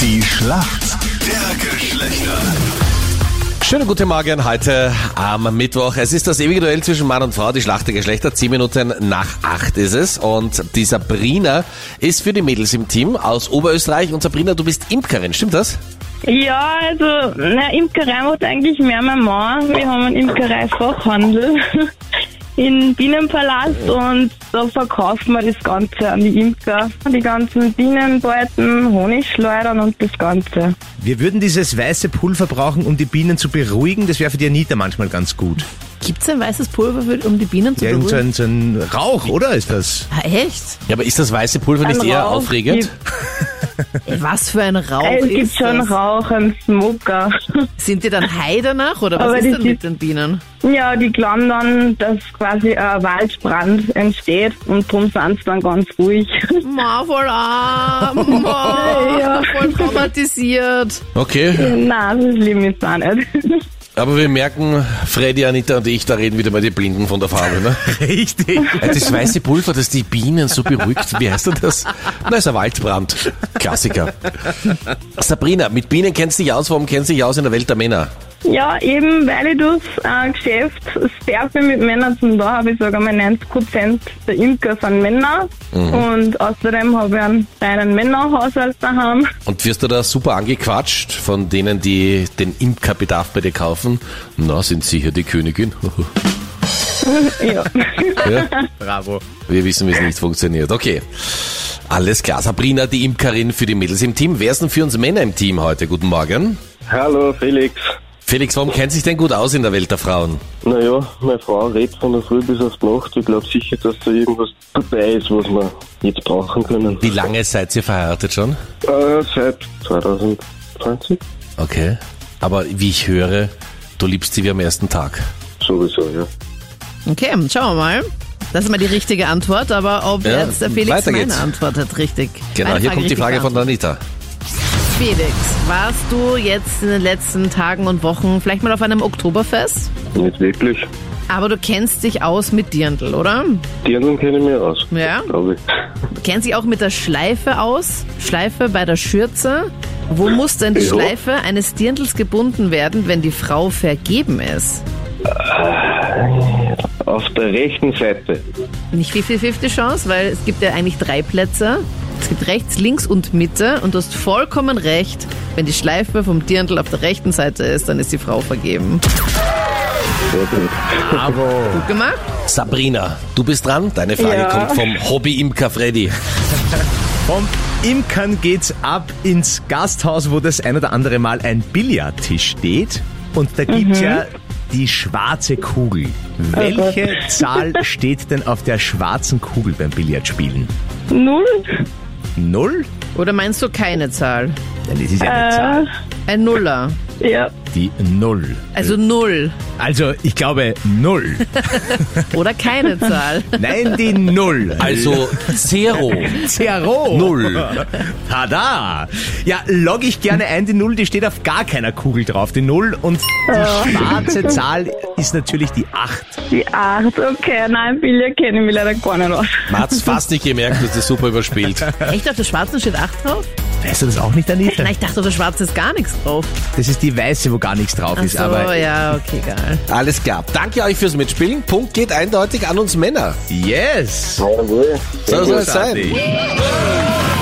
Die Schlacht der Geschlechter. Schönen guten Morgen heute am Mittwoch. Es ist das ewige Duell zwischen Mann und Frau, die Schlacht der Geschlechter. Zehn Minuten nach acht ist es. Und die Sabrina ist für die Mädels im Team aus Oberösterreich. Und Sabrina, du bist Imkerin, stimmt das? Ja, also, na, Imkerei macht eigentlich mehr mein Mann. Wir haben einen Imkereifachhandel in Bienenpalast und da verkaufen wir das Ganze an die Imker. Die ganzen Bienenbeuten, Honigschleudern und das Ganze. Wir würden dieses weiße Pulver brauchen, um die Bienen zu beruhigen. Das wäre für die Anita manchmal ganz gut. Gibt es ein weißes Pulver, für, um die Bienen zu Ja, irgend so beruhigen? ein, so ein Rauch, oder ist das? Ah, echt? Ja, aber ist das weiße Pulver nicht Ein eher Rauch aufregend? gibt- Ey, was für ein Rauch Es ist gibt schon das? Rauch und Smoker. Sind die dann high danach oder was Aber ist die denn sind- mit den Bienen? ja, die glauben dann, dass quasi ein Waldbrand entsteht und drum sind sie dann ganz ruhig. Ma, voll arm, ma, Ja. voll traumatisiert. Okay, Nein, das liebe ich auch nicht. aber wir merken, Freddy, Anita und ich, da reden wieder mal die Blinden von der Farbe, ne? Richtig. Das weiße Pulver, das die Bienen so beruhigt, wie heißt denn das? Na, ist ein Waldbrand. Klassiker. Sabrina, mit Bienen kennst du dich aus, warum kennst du dich aus in der Welt der Männer? Ja, eben, weil ich das äh, Geschäft Sperrfilm mit Männern zum da habe ich sogar mal 90% der Imker sind Männer und außerdem habe ich einen kleinen Männerhaushalt daheim. Und wirst du da super angequatscht von denen, die den Imkerbedarf bei dir kaufen? Na, sind sie hier die Königin? Ja. ja, Bravo. wir wissen, wie es nicht funktioniert. Okay. Alles klar. Sabrina, die Imkerin für die Mädels im Team. Wer ist denn für uns Männer im Team heute? Guten Morgen. Hallo Felix. Felix, warum kennt sich denn gut aus in der Welt der Frauen? Naja, meine Frau redet von der Früh bis auf die Nacht. Ich glaube sicher, dass da irgendwas dabei ist, was wir jetzt brauchen können. Wie lange seid ihr verheiratet schon? Äh, seit 2020? Okay. Aber wie ich höre, du liebst sie wie am ersten Tag. Sowieso, ja. Okay, schauen wir mal. Das ist mal die richtige Antwort, aber ob Ja, jetzt der Felix weiter meine geht's. Antwort hat, richtig. Genau, Meine hier kommt die richtig Frage von der Anita. Felix, warst du jetzt in den letzten Tagen und Wochen vielleicht mal auf einem Oktoberfest? Nicht wirklich. Aber du kennst dich aus mit Dirndl, oder? Die anderen kenne ich mir aus. Ja. Glaube ich. Du kennst dich auch mit der Schleife aus. Schleife bei der Schürze. Wo muss denn die Ja. Schleife eines Dirndls gebunden werden, wenn die Frau vergeben ist? Auf der rechten Seite. Nicht 50-50 Chance, weil es gibt ja eigentlich drei Plätze. Es gibt rechts, links und Mitte und du hast vollkommen recht. Wenn die Schleife vom Dirndl auf der rechten Seite ist, dann ist die Frau vergeben. Sehr gut. Gut gemacht? Sabrina, du bist dran. Deine Frage Ja. kommt vom Hobby-Imker Freddy. Vom Imkern geht's ab ins Gasthaus, wo das ein oder andere Mal ein Billardtisch steht. Und da gibt's ja die schwarze Kugel. Welche Zahl steht denn auf der schwarzen Kugel beim Billardspielen? Null? Null? Oder meinst du keine Zahl? Denn es ist ja eine Zahl. Ein Nuller. Äh, Ja. Die Null. Also null. Also, ich glaube, Null. Oder keine Zahl. Nein, die Null. Also Zero. Zero. Null. Tada! Ja, logge ich gerne ein. Die Null, die steht auf gar keiner Kugel drauf. Die Null und die schwarze Zahl ist natürlich die Acht. Die acht, okay. Nein, Billard kenne ich mich leider gar nicht aus. Man hat's fast nicht gemerkt, dass das super überspielt. Echt, auf der schwarzen steht 8 drauf? Weißt du das auch nicht, Anita? Nein, ich dachte, auf der schwarzen ist gar nichts drauf. Das ist die weiße, wo gar nichts drauf Ach ist. so, aber ja, okay, geil. Alles klar. Danke euch fürs Mitspielen. Punkt geht eindeutig an uns Männer. yes! Jawohl. So soll es Großartig. sein.